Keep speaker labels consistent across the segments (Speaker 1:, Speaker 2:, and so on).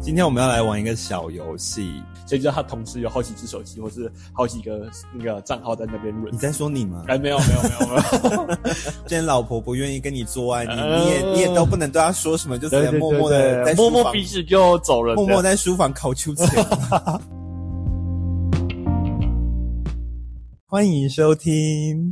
Speaker 1: 今天我们要来玩一个小游戏。
Speaker 2: 谁知道他同时有好几只手机，或是好几个那个账号在那边
Speaker 1: 你
Speaker 2: 轮？
Speaker 1: 在说你吗？
Speaker 2: 哎，没有没有没有没有，
Speaker 1: 既然老婆不愿意跟你做爱，你
Speaker 2: 呃
Speaker 1: 你也你也都不能对她说什么，就只
Speaker 2: 对
Speaker 1: 能
Speaker 2: 对
Speaker 1: 默默的
Speaker 2: 对
Speaker 1: 在
Speaker 2: 对
Speaker 1: 书
Speaker 2: 摸
Speaker 1: 房
Speaker 2: 摸鼻子就走人，
Speaker 1: 默默在书房烤秋千。 欢迎收听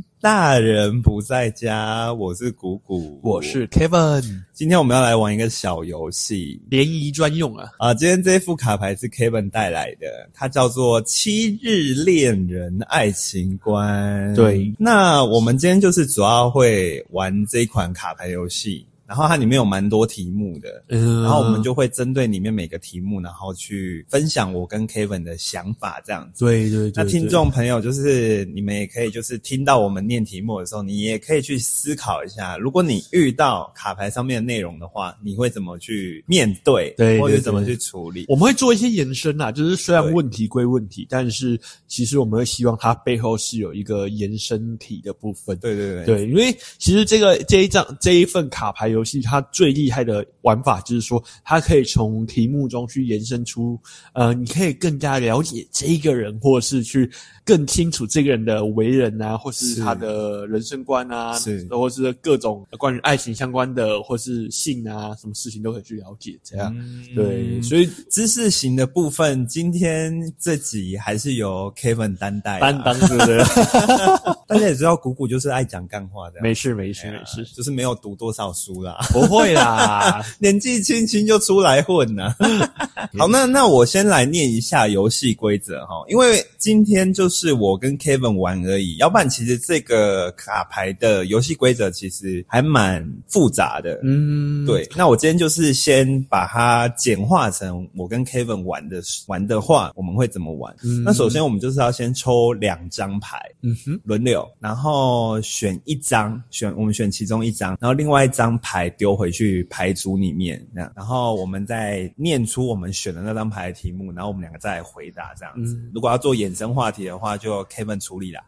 Speaker 1: 《大人不在家》，我是谷谷，
Speaker 2: 我是 Kevin，
Speaker 1: 今天我们要来玩一个小游戏
Speaker 2: 联谊专用啊，
Speaker 1: 啊、今天这副卡牌是 Kevin 带来的，它叫做《七日恋人爱情观》。
Speaker 2: 对，
Speaker 1: 那我们今天就是主要会玩这一款卡牌游戏，然后它里面有蛮多题目的。
Speaker 2: 嗯
Speaker 1: 然后我们就会针对里面每个题目，然后去分享我跟 Kevin 的想法，这样子。
Speaker 2: 对对
Speaker 1: 那
Speaker 2: 对，对
Speaker 1: 听众朋友，就是你们也可以，就是听到我们念题目的时候，你也可以去思考一下，如果你遇到卡牌上面的内容的话，你会怎么去面对，
Speaker 2: 对
Speaker 1: 或者
Speaker 2: 对
Speaker 1: 怎么
Speaker 2: 对
Speaker 1: 去处理？
Speaker 2: 我们会做一些延伸啦，就是虽然
Speaker 1: 对
Speaker 2: 问题归问题，但是其实我们会希望它背后是有一个延伸体的部分。
Speaker 1: 对对对
Speaker 2: 对，因为其实这个这一张这一份卡牌游戏，它最厉害的玩法就是说，它可以从题目中去延伸出，呃，你可以更加了解这一个人，或是去更清楚这个人的为人啊，或是
Speaker 1: 是
Speaker 2: 他的人生观啊，
Speaker 1: 是
Speaker 2: 或是各种呃关于爱情相关的，或是性啊，什么事情都可以去了解。这样，
Speaker 1: 嗯
Speaker 2: 啊对，所以
Speaker 1: 知识型的部分，今天这集还是由 Kevin 担待啊、
Speaker 2: 担当对 不对？
Speaker 1: 大家也知道，谷谷就是爱讲干话的，
Speaker 2: 没事没事
Speaker 1: 哎呀
Speaker 2: 没事，
Speaker 1: 就是没有读多少书啦。
Speaker 2: 不会啦。
Speaker 1: 年纪轻轻就出来混啊呐、 好，那那我先来念一下游戏规则哈，因为今天就是我跟 Kevin 玩而已，要不然其实这个卡牌的游戏规则其实还蛮复杂的。
Speaker 2: 嗯，
Speaker 1: 对，那我今天就是先把它简化成我跟 Kevin 玩的玩的话，我们会怎么玩？
Speaker 2: 嗯
Speaker 1: 那首先我们就是要先抽两张牌，
Speaker 2: 嗯哼，
Speaker 1: 轮流，然后选一张，选我们选其中一张，然后另外一张牌丢回去牌组里面，这样，然后我们再念出我们选的那张牌的题目，然后我们两个再来回答这样子。
Speaker 2: 嗯
Speaker 1: 如果要做衍生话题的话，就 Kevin 处理啦。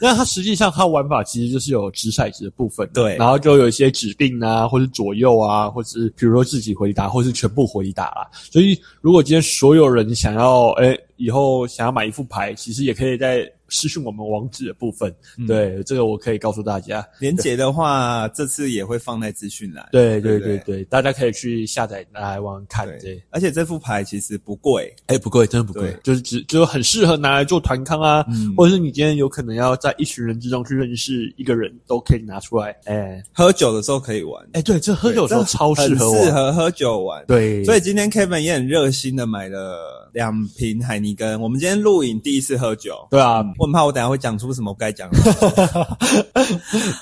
Speaker 2: 那它实际上它玩法其实就是有掷骰子的部分，
Speaker 1: 对
Speaker 2: 然后就有一些指定啊，或是左右啊，或是比如说自己回答，或是全部回答啦。所以如果今天所有人想要，哎、以后想要买一副牌，其实也可以在私讯我们网址的部分，
Speaker 1: 嗯
Speaker 2: 对，这个我可以告诉大家。
Speaker 1: 连结的 话，这次也会放在资讯栏。
Speaker 2: 对对
Speaker 1: 对
Speaker 2: 对
Speaker 1: 不
Speaker 2: 对，大家可以去下载拿来玩玩看。
Speaker 1: 对
Speaker 2: 对，
Speaker 1: 而且这副牌其实不贵，
Speaker 2: 哎、不贵，真的不贵
Speaker 1: 对，
Speaker 2: 就是只就很适合拿来做团康啊，
Speaker 1: 嗯
Speaker 2: 或者是你今天有可能要在一群人之中去认识一个人，都可以拿出来。哎、
Speaker 1: 喝酒的时候可以玩。
Speaker 2: 哎、对，这喝酒的时候
Speaker 1: 对这
Speaker 2: 超适合
Speaker 1: 很
Speaker 2: 我，
Speaker 1: 适合喝酒玩。
Speaker 2: 对，
Speaker 1: 所以今天 Kevin 也很热心的买了两瓶海尼根。我们今天录影第一次喝酒，
Speaker 2: 对啊，
Speaker 1: 我很怕我等一下会讲出什么不该讲的。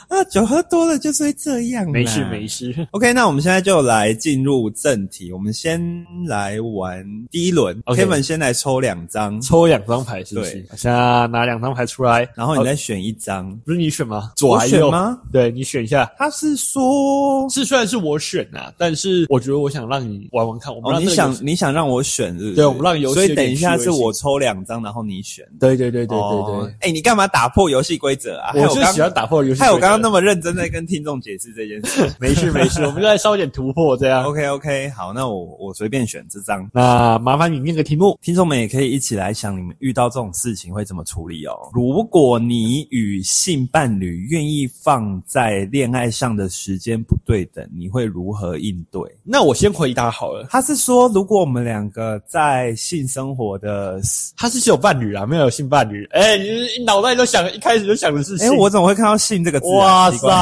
Speaker 1: 啊，酒喝多了就是会这样啦。
Speaker 2: 没事没事。
Speaker 1: OK，那我们现在就来进入正题。我们先来玩第一轮
Speaker 2: OK
Speaker 1: Kevin 先来抽两张，
Speaker 2: 抽两张牌是不是
Speaker 1: 对？
Speaker 2: 现在拿两张牌出来，
Speaker 1: 然后你
Speaker 2: 哦
Speaker 1: 再选一张。
Speaker 2: 不是你选吗？左还
Speaker 1: 我
Speaker 2: 是
Speaker 1: 选
Speaker 2: 右？
Speaker 1: 吗？
Speaker 2: 对你选一下。
Speaker 1: 他是说哦
Speaker 2: 是虽然是我选啊，但是我觉得我想让你玩玩看，我们
Speaker 1: 哦，
Speaker 2: 让
Speaker 1: 你
Speaker 2: 这个
Speaker 1: 想
Speaker 2: 游戏
Speaker 1: 你想让我选是不是？
Speaker 2: 对我们让游戏
Speaker 1: 所以
Speaker 2: 有点
Speaker 1: 等一下
Speaker 2: 趣味
Speaker 1: 是
Speaker 2: 性
Speaker 1: 我抽两张，然后你选。
Speaker 2: 对对对对
Speaker 1: 哦
Speaker 2: 对
Speaker 1: 哎、你干嘛打破游戏规则啊？
Speaker 2: 对，
Speaker 1: 害
Speaker 2: 我
Speaker 1: 我
Speaker 2: 就
Speaker 1: 刚
Speaker 2: 喜欢打破游戏规则。。
Speaker 1: 害我刚刚那么认真在跟听众解释这件事
Speaker 2: 没事没事，我们就来哦稍点突破这样。
Speaker 1: OK OK，好，那我我随便选这张。
Speaker 2: 那麻烦你念个题目。
Speaker 1: 听众们也可以一起来想，你们遇到这种事情会怎么处理哦？如果你与性伴侣愿意放在恋爱上的时间不对等，你会如何应对？
Speaker 2: 那我先回答好了，
Speaker 1: 他是说，如果我们两个在性生活的，
Speaker 2: 他是只有伴侣啊，没有性伴侣。哎、你你脑袋都想一开始就想的是
Speaker 1: 哎、
Speaker 2: 性。
Speaker 1: 我怎么会看到“性”这个字、啊？
Speaker 2: 哇
Speaker 1: 奇怪、
Speaker 2: 塞！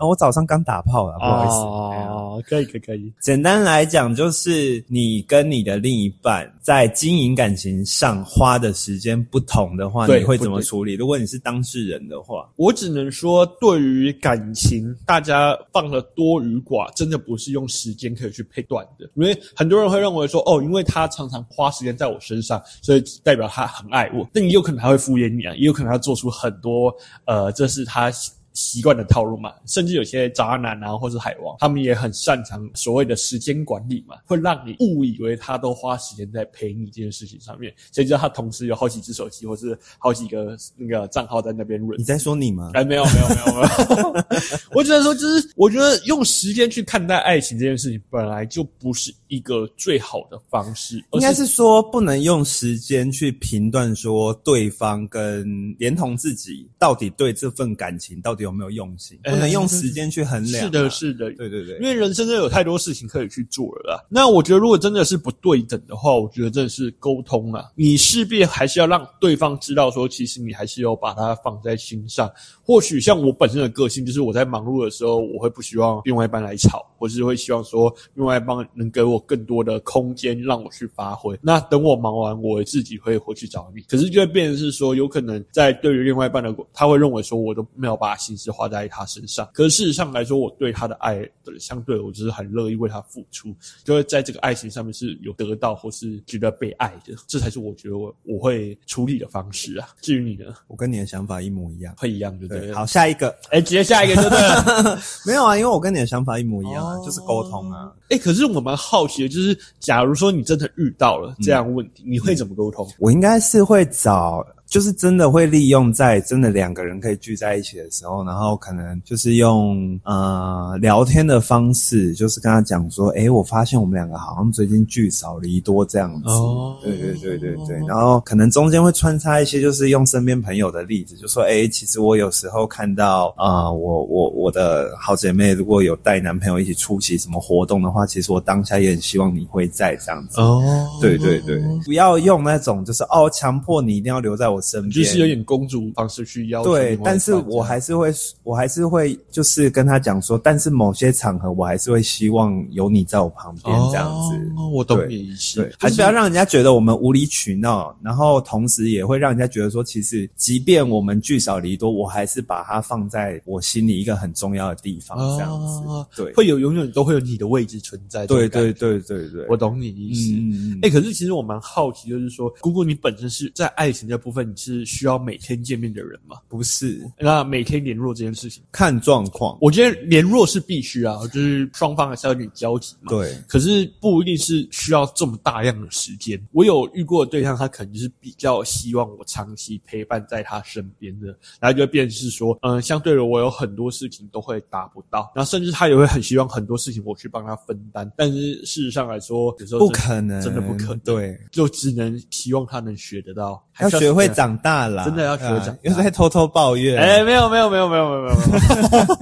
Speaker 1: 啊我早上刚打炮了，不好意思。哎呀
Speaker 2: 哦，可以可以可以。
Speaker 1: 简单来讲，就是你跟你的另一半在经营感情上花的时间不同的话，
Speaker 2: 对
Speaker 1: 你会怎
Speaker 2: 不
Speaker 1: 么
Speaker 2: 对
Speaker 1: 处理？如果你是当事人的话，
Speaker 2: 我只能说，对于感情，大家放的多与寡，真的不是用时间可以去配断的。因为很多人会认为说，哦，因为他常常花时间在我身上，所以代表他很爱我。那你有可能他会敷衍你啊，也有可能他做出很多，呃，这是他习。习惯的套路嘛，甚至有些渣男啊，或是海王，他们也很擅长所谓的时间管理嘛，会让你误以为他都花时间在陪你这件事情上面，谁知道他同时有好几只手机，或是好几个那个账号在那边润
Speaker 1: 你。在说你吗？
Speaker 2: 哎，没有没有没有没 有，我只能说，就是我觉得用时间去看待爱情这件事情，本来就不是一个最好的方式，而
Speaker 1: 应该
Speaker 2: 是
Speaker 1: 是说不能用时间去评断说对方跟连同自己到底对这份感情到底有没有用心，
Speaker 2: 哎
Speaker 1: 不能用时间去衡量啊、
Speaker 2: 是的，是的，
Speaker 1: 对对
Speaker 2: 因
Speaker 1: 对，
Speaker 2: 为人生真的有太多事情可以去做了啦。那我觉得，如果真的是不对等的话，我觉得真的是沟通啊。你势必还是要让对方知道说，其实你还是有把它放在心上。或许像我本身的个性，就是我在忙碌的时候，我会不希望另外一半来吵，我是会希望说另外一半能给我更多的空间让我去发挥。那等我忙完，我自己会回去找你。可是就会变成是说，有可能在对于另外一半的，他会认为说我都没有把心思花在他身上。可是事实上来说，我对他的爱，对相对我就是很乐意为他付出，就会在这个爱情上面是有得到或是觉得被爱的，这才是我觉得我我会处理的方式啊。至于你呢，
Speaker 1: 我跟你的想法一模一样。
Speaker 2: 会一样对不对
Speaker 1: 对，？好，下一个
Speaker 2: 哎、直接下一个 真的
Speaker 1: 没有啊，因为我跟你的想法一模一样啊，
Speaker 2: 哦
Speaker 1: 就是沟通啊。
Speaker 2: 哎、可是我蛮好奇的，就是假如说你真的遇到了这样的问题，你会怎么沟通？
Speaker 1: 我应该是会找，就是真的会利用在真的两个人可以聚在一起的时候，然后可能就是用呃聊天的方式，就是跟他讲说，诶、我发现我们两个好像最近聚少离多这样子。
Speaker 2: 哦
Speaker 1: 对对对对对，然后可能中间会穿插一些，就是用身边朋友的例子，就说，诶、其实我有时候看到啊、呃我我我的好姐妹如果有带男朋友一起出席什么活动的话，其实我当下也很希望你会在这样子。
Speaker 2: 哦
Speaker 1: 对对对，不要用那种就是哦，强迫你一定要留在我身边，
Speaker 2: 就是有点公主方式去要求另外
Speaker 1: 对
Speaker 2: 一半。
Speaker 1: 但是我还是会，我还是会就是跟他讲说，但是某些场合我还是会希望有你在我旁边这样子。
Speaker 2: 哦，我懂
Speaker 1: 对
Speaker 2: 你意思
Speaker 1: 对，，还是不要让人家觉得我们无理取闹，然后同时也会让人家觉得说，其实即便我们聚少离多，我还是把它放在我心里一个很重要的地方，这样子。
Speaker 2: 哦
Speaker 1: 对，
Speaker 2: 会有永远都会有你的位置存在。
Speaker 1: 对对
Speaker 2: 这种感觉，
Speaker 1: 对对对，
Speaker 2: 我懂你意思。
Speaker 1: 嗯嗯嗯
Speaker 2: 哎、可是其实我蛮好奇，就是说，姑姑，你本身是在爱情这部分，你是需要每天见面的人吗？
Speaker 1: 不是
Speaker 2: 那每天联络这件事情，
Speaker 1: 看状况，
Speaker 2: 我觉得联络是必须啊，就是双方还是要有点交集嘛。
Speaker 1: 对。
Speaker 2: 可是不一定是需要这么大量的时间。我有遇过的对象，他可能就是比较希望我长期陪伴在他身边的，然后就会变成是说，嗯，相对的我有很多事情都会达不到，然后甚至他也会很希望很多事情我去帮他分担。但是事实上来说，有时候
Speaker 1: 不
Speaker 2: 真
Speaker 1: 可能，
Speaker 2: 真的不可能，，
Speaker 1: 对，
Speaker 2: 就只能希望他能学得到，还
Speaker 1: 要
Speaker 2: 是
Speaker 1: 学会。长大啦，
Speaker 2: 真的要学会长大
Speaker 1: 啊又在偷偷抱怨。
Speaker 2: 哎、没有没有没有没有没有没有没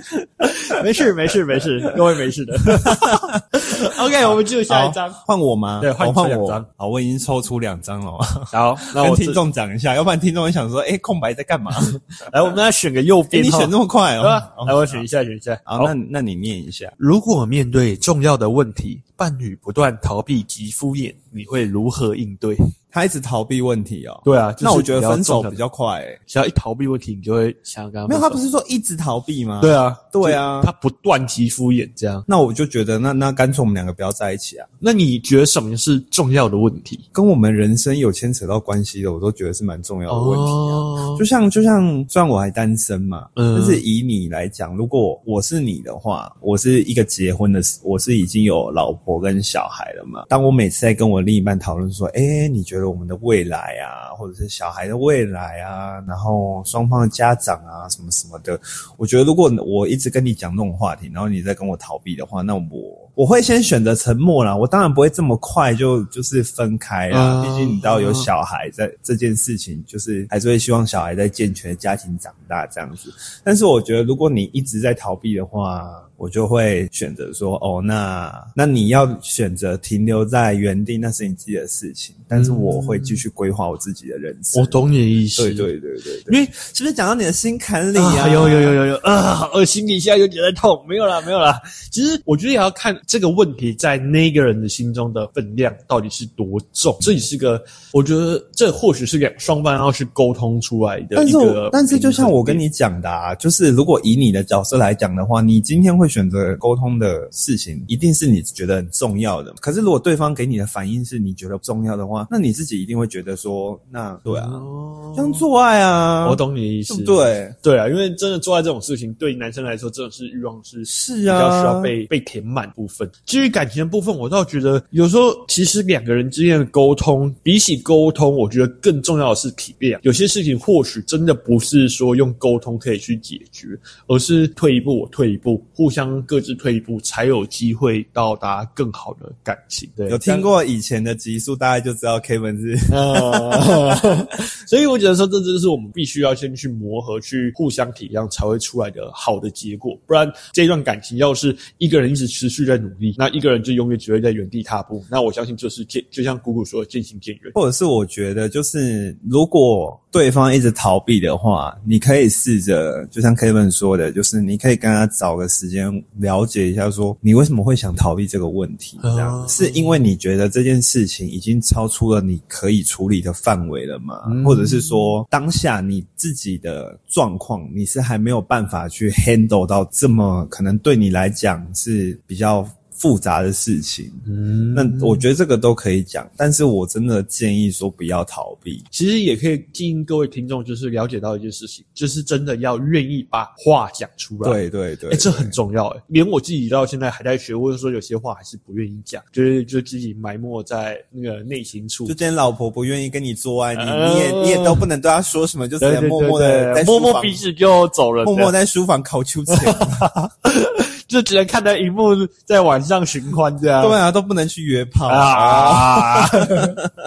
Speaker 2: 有，没事没事没事，各位没 事的。OK，我们进入
Speaker 1: 好
Speaker 2: 下一章。
Speaker 1: 换我吗？
Speaker 2: 对换
Speaker 1: 哦
Speaker 2: 你
Speaker 1: 换
Speaker 2: 抽两
Speaker 1: 我
Speaker 2: 张。
Speaker 1: 好，我已经抽出两张了，哦
Speaker 2: 好，那
Speaker 1: 跟
Speaker 2: 我
Speaker 1: 听
Speaker 2: 这
Speaker 1: 众讲一下，要不然听众会想说，哎，空白在干 嘛？
Speaker 2: 来，我们来选个右
Speaker 1: 哎，
Speaker 2: 边
Speaker 1: 你
Speaker 2: 哈，
Speaker 1: 选那么快
Speaker 2: 对啊
Speaker 1: 哦
Speaker 2: 吧？？
Speaker 1: 哦
Speaker 2: 来，我选一下，选一下。
Speaker 1: 好，那那你念一下。
Speaker 2: 如果面对重要的问题，伴侣不断逃避及敷衍，你会如何应对？
Speaker 1: 他一直逃避问题哦。
Speaker 2: 对啊，
Speaker 1: 那我觉得分手比
Speaker 2: 比较，
Speaker 1: 较快，哎，
Speaker 2: 只要一逃避问题，你就会想要跟他
Speaker 1: 没有，
Speaker 2: 分
Speaker 1: 他
Speaker 2: 手
Speaker 1: 不是说一直逃避吗？
Speaker 2: 对。啊，
Speaker 1: 对啊
Speaker 2: 就他不断及敷衍这样。
Speaker 1: 那我就觉得，那那干脆我们两个不要在一起啊，
Speaker 2: 那你觉得什么是重要的问题？
Speaker 1: 跟我们人生有牵扯到关系的，我都觉得是蛮重要的问题啊。
Speaker 2: 哦
Speaker 1: 就像就像，虽然我还单身嘛，
Speaker 2: 嗯
Speaker 1: 但是以你来讲，如果我是你的话，我是一个结婚的，我是已经有老婆跟小孩了嘛。当我每次在跟我另一半讨论说，哎、你觉得我们的未来啊，或者是小孩的未来啊，然后双方的家长啊，什么什么的，我觉得如果我一直跟你讲这种话题，然后你再跟我逃避的话，那我。我会先选择沉默啦，我当然不会这么快就就是分开啦，
Speaker 2: 嗯
Speaker 1: 毕竟你知道有
Speaker 2: 嗯
Speaker 1: 小。小孩在这件事情，就是还是会希望小孩在健全的家庭长大这样子。但是我觉得，如果你一直在逃避的话，我就会选择说，哦，那那你要选择停留在原地，那是你自己的事情。但是我会继续规划我自己的人生。
Speaker 2: 我懂你的意思。
Speaker 1: 对对对对对，
Speaker 2: 因为
Speaker 1: 是不是讲到你的心坎里
Speaker 2: 啊
Speaker 1: 啊？
Speaker 2: 有有有有有啊，好恶心！你现在就觉得痛，没有啦，没有啦。其实我觉得也要看这个问题在那个人的心中的分量到底是多重，这也是个我觉得这或许是两双方要去沟通出来的
Speaker 1: 但
Speaker 2: 一
Speaker 1: 是
Speaker 2: 个
Speaker 1: 我，。但是就像我跟
Speaker 2: 你，
Speaker 1: 你讲的啊，就是如果以你的角色来讲的话，你今天会选择沟通的事情，一定是你觉得很重要的。可是如果对方给你的反应是你觉得不重要的话，那你自己一定会觉得说，那对啊，
Speaker 2: 哦
Speaker 1: 像做爱啊，
Speaker 2: 我，懂你的意
Speaker 1: 对
Speaker 2: 思，
Speaker 1: 不对？
Speaker 2: 对啊，因为真的做爱这种事情，对男生来说，真的是欲望是
Speaker 1: 是
Speaker 2: 比较
Speaker 1: 啊，
Speaker 2: 需要被被填满部分。至于感情的部分，我倒觉得有时候其实两个人之间的沟通，比起沟通，我觉得更重要的是体谅。有些事情或许真的不是说用沟通可以去解决，而是退一步我退一步，互相各自退一步，才有机会到达更好的感情。对，
Speaker 1: 有听过以前的集数，大概就知道 Kevin 是
Speaker 2: 呃， 所以我觉得说，这就是我们必须要先去磨合、去互相体谅，才会出来的好的结果。不然，这段感情要是一个人一直持续在努力，那一个人就永远只会在原地踏步。那我相信，就是渐，就像姑姑说的，渐行渐远。
Speaker 1: 或者是我觉得，就是如果对方一直逃避的话，你可以试着，就像 Kevin 说的，就是你可以跟他找个时间了解一下，说你为什么会想逃避这个问题？这样、
Speaker 2: 哦
Speaker 1: 是因为你觉得这件事情已经超出了你可以处理的范围了吗？
Speaker 2: 嗯
Speaker 1: 或者是说，当下你自己的状况，你是还没有办法去 handle 到这么可能对你来讲是比较复杂的事情？
Speaker 2: 嗯
Speaker 1: 那我觉得这个都可以讲，但是我真的建议说不要逃避。
Speaker 2: 其实也可以建议各位听众，就是了解到一件事情，就是真的要愿意把话讲出来。
Speaker 1: 对对对
Speaker 2: 哎、，这很重要哎、连我自己到现在还在学，或者说有些话还是不愿意讲，就是就自己埋没在那个内心处
Speaker 1: 就。今天老婆不愿意跟你做爱，你
Speaker 2: 呃
Speaker 1: 你也你也都不能对她说什么，就只
Speaker 2: 对
Speaker 1: 能
Speaker 2: 对
Speaker 1: 默
Speaker 2: 对
Speaker 1: 默的
Speaker 2: 对
Speaker 1: 在
Speaker 2: 摸
Speaker 1: 书
Speaker 2: 摸
Speaker 1: 房
Speaker 2: 鼻子就走了，
Speaker 1: 默默
Speaker 2: 的，
Speaker 1: 在书房烤秋千。
Speaker 2: 就只能看到荧幕在晚上循环这 样。
Speaker 1: 对啊，都不能去约炮啊。
Speaker 2: 啊，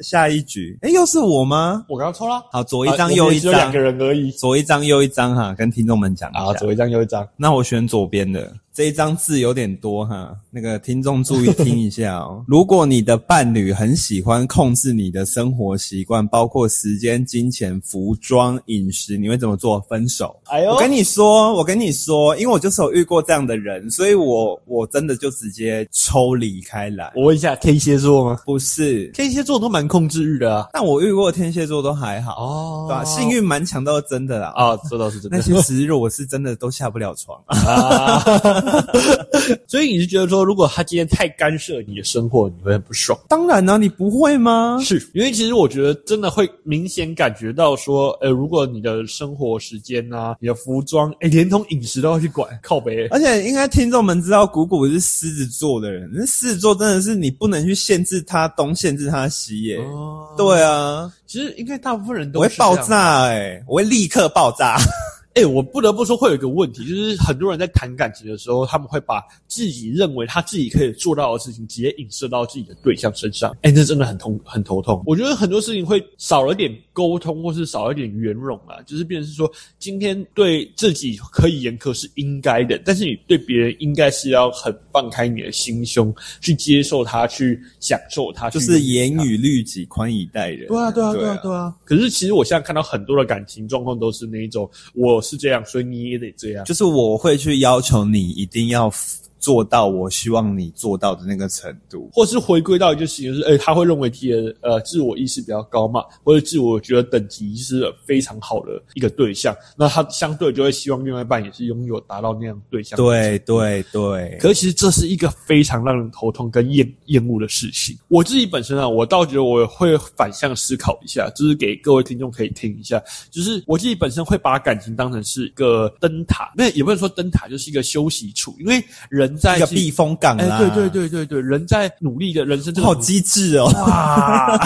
Speaker 1: 下一局，哎，又是我吗？
Speaker 2: 我刚刚抽了，啊
Speaker 1: 好，左一张右
Speaker 2: 我们
Speaker 1: 一
Speaker 2: 也只有
Speaker 1: 张
Speaker 2: 两个，人而已
Speaker 1: 左一张右一张哈，跟听众们讲
Speaker 2: 啊，
Speaker 1: 一下。
Speaker 2: 左一张右一张。
Speaker 1: 那我选左边的这一张字有点多哈，那个听众注意听一下哦。 如果你的伴侣很喜欢控制你的生活习惯，包括时间、金钱、服装、饮食，你会怎么做？分手？
Speaker 2: 哎呦，
Speaker 1: 我跟你说，我跟你说，因为我就是有遇过这样的人，所以我我真的就直接抽离开来。
Speaker 2: 我问一下天蝎座吗？
Speaker 1: 不是，
Speaker 2: 天蝎座都蛮控制欲的啊。
Speaker 1: 但我遇过天蝎座都还好，
Speaker 2: 哦
Speaker 1: 对吧、幸运蛮强倒是真的啦。
Speaker 2: 啊，这倒是真的
Speaker 1: 那。些时日我是真的都下不了床。
Speaker 2: 啊，所以你是觉得说，如果他今天太干涉你的生活，你会很不爽？
Speaker 1: 当然啊啦、你不会吗？
Speaker 2: 是因为其实我觉得真的会明显感觉到说，呃，如果你的生活时间啊，你的服装，哎、连同饮食都要去管，靠北。
Speaker 1: 而且应该听众们知道，谷谷是狮子座的人，那狮子座真的是你不能去限制他东，限制他西耶、
Speaker 2: 哦，
Speaker 1: 对啊，
Speaker 2: 其实应该大部分人都
Speaker 1: 我会
Speaker 2: 是
Speaker 1: 爆
Speaker 2: 这样。
Speaker 1: 炸哎、我会立刻爆 炸。
Speaker 2: 哎、我不得不说会有一个问题，就是很多人在谈感情的时候，他们会把自己认为他自己可以做到的事情，直接影射到自己的对象身上。哎、这真的很痛，很头痛。我觉得很多事情会少了点沟通，或是少了点圆融啊，就是变成是说，今天对自己可以严苛是应该的，但是你对别人应该是要很放开你的心胸，去接受他，去享受他，
Speaker 1: 就
Speaker 2: 去
Speaker 1: 是
Speaker 2: 理解
Speaker 1: 严
Speaker 2: 他
Speaker 1: 以律己，宽以待人。
Speaker 2: 对啊，对啊，对啊，对啊。可是其实我现在看到很多的感情状况都是那一种，我是这样，所以你也得这样。
Speaker 1: 就是我会去要求你一定要做到我希望你做到的那个程度。
Speaker 2: 或是回归到一件事情，就是，哎、他会认为自己的呃自我意识比较高嘛，或者自我觉得等级是非常好的一个对象，那他相对就会希望另外一半也是拥有达到那样的对象。，
Speaker 1: 对对对，
Speaker 2: 可是其实这是一个非常让人头痛跟厌厌恶的事情。我自己本身啊，我倒觉得我会反向思考一下，就是给各位听众可以听一下，就是我自己本身会把感情当成是一个灯塔，那也不能说灯塔，就是一个休息处，因为人在
Speaker 1: 一个
Speaker 2: 自己
Speaker 1: 避风港
Speaker 2: 哎、
Speaker 1: 啦。
Speaker 2: 对对，对对对，人在努力的人生这个
Speaker 1: 好
Speaker 2: 努
Speaker 1: 机智哦。
Speaker 2: 哇！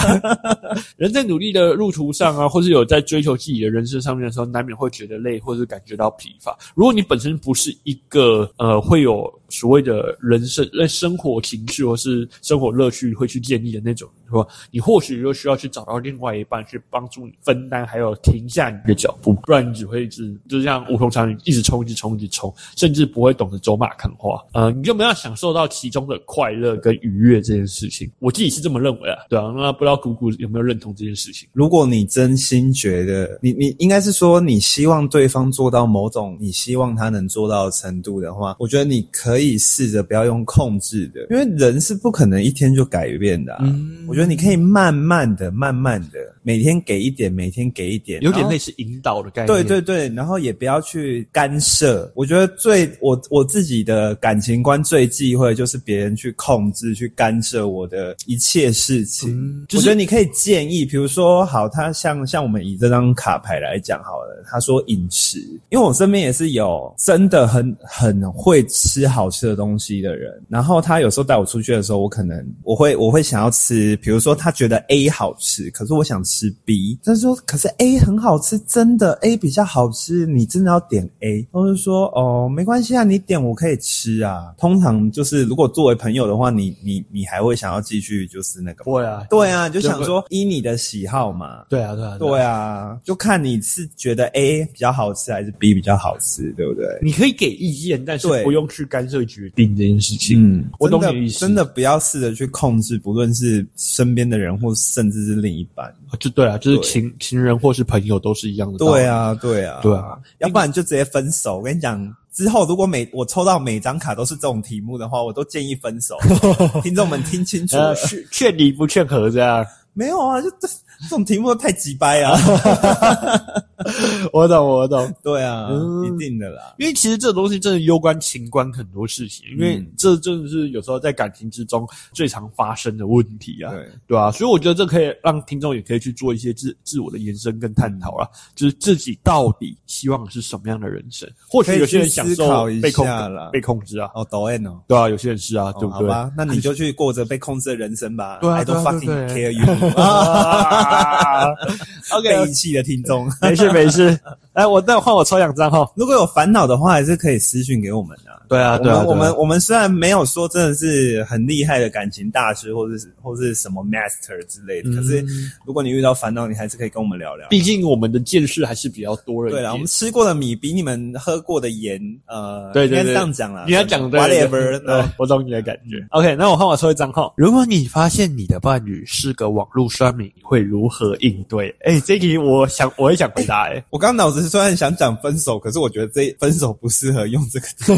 Speaker 2: 人在努力的路途上啊，或是有在追求自己的人生上面的时候，难免会觉得累，或是感觉到疲乏。如果你本身不是一个呃会有所谓的人生、呃生活情绪或是生活乐趣会去建立的那种，是吧？你或许就需要去找到另外一半去帮助你分担，还有停下你的脚步，不然你只会一直就像无头苍蝇一直冲、一直冲、一直冲，甚至不会懂得走马看花。呃，你就没有享受到其中的快乐跟愉悦这件事情。我自己是这么认为啊，对啊。那不知道姑姑有没有认同这件事情？
Speaker 1: 如果你真心觉得你你应该是说你希望对方做到某种你希望他能做到的程度的话，我觉得你可以试着不要用控制的，因为人是不可能一天就改变的、啊。
Speaker 2: 嗯
Speaker 1: 我觉得你可以慢慢的、慢慢的，每天给一点，每天给一点，
Speaker 2: 有点
Speaker 1: 然后
Speaker 2: 类似引导的概念。
Speaker 1: 对对对，然后也不要去干涉。我觉得最我我自己的感情观最忌讳就是别人去控制、去干涉我的一切事情。
Speaker 2: 嗯就是
Speaker 1: 我觉得你可以建议，比如说，好，他像像我们以这张卡牌来讲好了，他说饮食，因为我身边也是有真的很很会吃好吃的东西的人，然后他有时候带我出去的时候，我可能我会我会想要吃，比如说他觉得 A 好吃，可是我想吃 B，他说可是 A 很好吃，真的 A 比较好吃，你真的要点 A，我就说哦没关系啊，你点我可以吃啊。通常就是如果作为朋友的话，你你你还会想要继续就是那个吗。
Speaker 2: 不会啊，
Speaker 1: 对啊，就想说依你的喜好嘛。
Speaker 2: 对啊，对啊，
Speaker 1: 对啊，就看你是觉得 A 比较好吃还是 B 比较好吃，对不对？
Speaker 2: 你可以给意见，但是
Speaker 1: 对
Speaker 2: 不用去干涉决定这件事情。
Speaker 1: 嗯，
Speaker 2: 我懂
Speaker 1: 真的
Speaker 2: 你的意思
Speaker 1: 真的不要试着去控制，不论是身边的人或甚至是另一半。
Speaker 2: 就对啊，就是
Speaker 1: 对
Speaker 2: 情情人或是朋友都是一样的。
Speaker 1: 对，啊，对啊，
Speaker 2: 对啊，
Speaker 1: 要不然就直接分手。我跟你讲，之后如果每我抽到每张卡都是这种题目的话，我都建议分 手。听众们听清楚了
Speaker 2: 呃，，是劝离不劝和这样。
Speaker 1: 没有啊，就这 这种题目都太鸡掰 啊。
Speaker 2: 我懂，我懂。
Speaker 1: 对啊，
Speaker 2: 嗯
Speaker 1: 一定的啦。
Speaker 2: 因为其实这东西真的攸关情关很多事情，因为
Speaker 1: 嗯
Speaker 2: 这真的是有时候在感情之中最常发生的问题啊，
Speaker 1: 对，
Speaker 2: 对啊，所以我觉得这可以让听众也可以去做一些自自我的延伸跟探讨啦，就是自己到底希望是什么样的人生。或许有些人享
Speaker 1: 可以去思
Speaker 2: 受
Speaker 1: 考一
Speaker 2: 被控
Speaker 1: 下啦
Speaker 2: 被控制啊，
Speaker 1: 哦，抖 N 哦。
Speaker 2: 对啊，有些人是啊，对
Speaker 1: 哦
Speaker 2: 不
Speaker 1: 好
Speaker 2: 对？
Speaker 1: 吧，那你就去过着被控制的人生吧。
Speaker 2: 对啊
Speaker 1: I don't
Speaker 2: 对啊
Speaker 1: fucking care
Speaker 2: 对
Speaker 1: you，
Speaker 2: 啊
Speaker 1: 被
Speaker 2: ，OK，
Speaker 1: 遗弃的听众。
Speaker 2: 没事没事，哎，我再换我抽两张哈。
Speaker 1: 如果有烦恼的话，还是可以私讯给我们啊。
Speaker 2: 对啊，
Speaker 1: 我们我们我们虽然没有说真的是很厉害的感情大师，或是或是什么 master 之类
Speaker 2: 嗯
Speaker 1: 的，可是如果你遇到烦恼，你还是可以跟我们聊聊。
Speaker 2: 毕竟我们的见识还是比较多人。
Speaker 1: 对啦，我们吃过的米比你们喝过的盐，呃，
Speaker 2: 对对
Speaker 1: 应该
Speaker 2: 对
Speaker 1: 是这样讲啦。
Speaker 2: 你要讲对
Speaker 1: whatever，
Speaker 2: 对
Speaker 1: 对，
Speaker 2: 我懂你的感觉。OK，那我换我抽一张哈。如果你发现你的伴侣是个网络酸民，你会如何应对？哎、这题我想我也想回答哎、
Speaker 1: 我刚刚脑子虽然想讲分手，可是我觉得这分手不适合用这个字。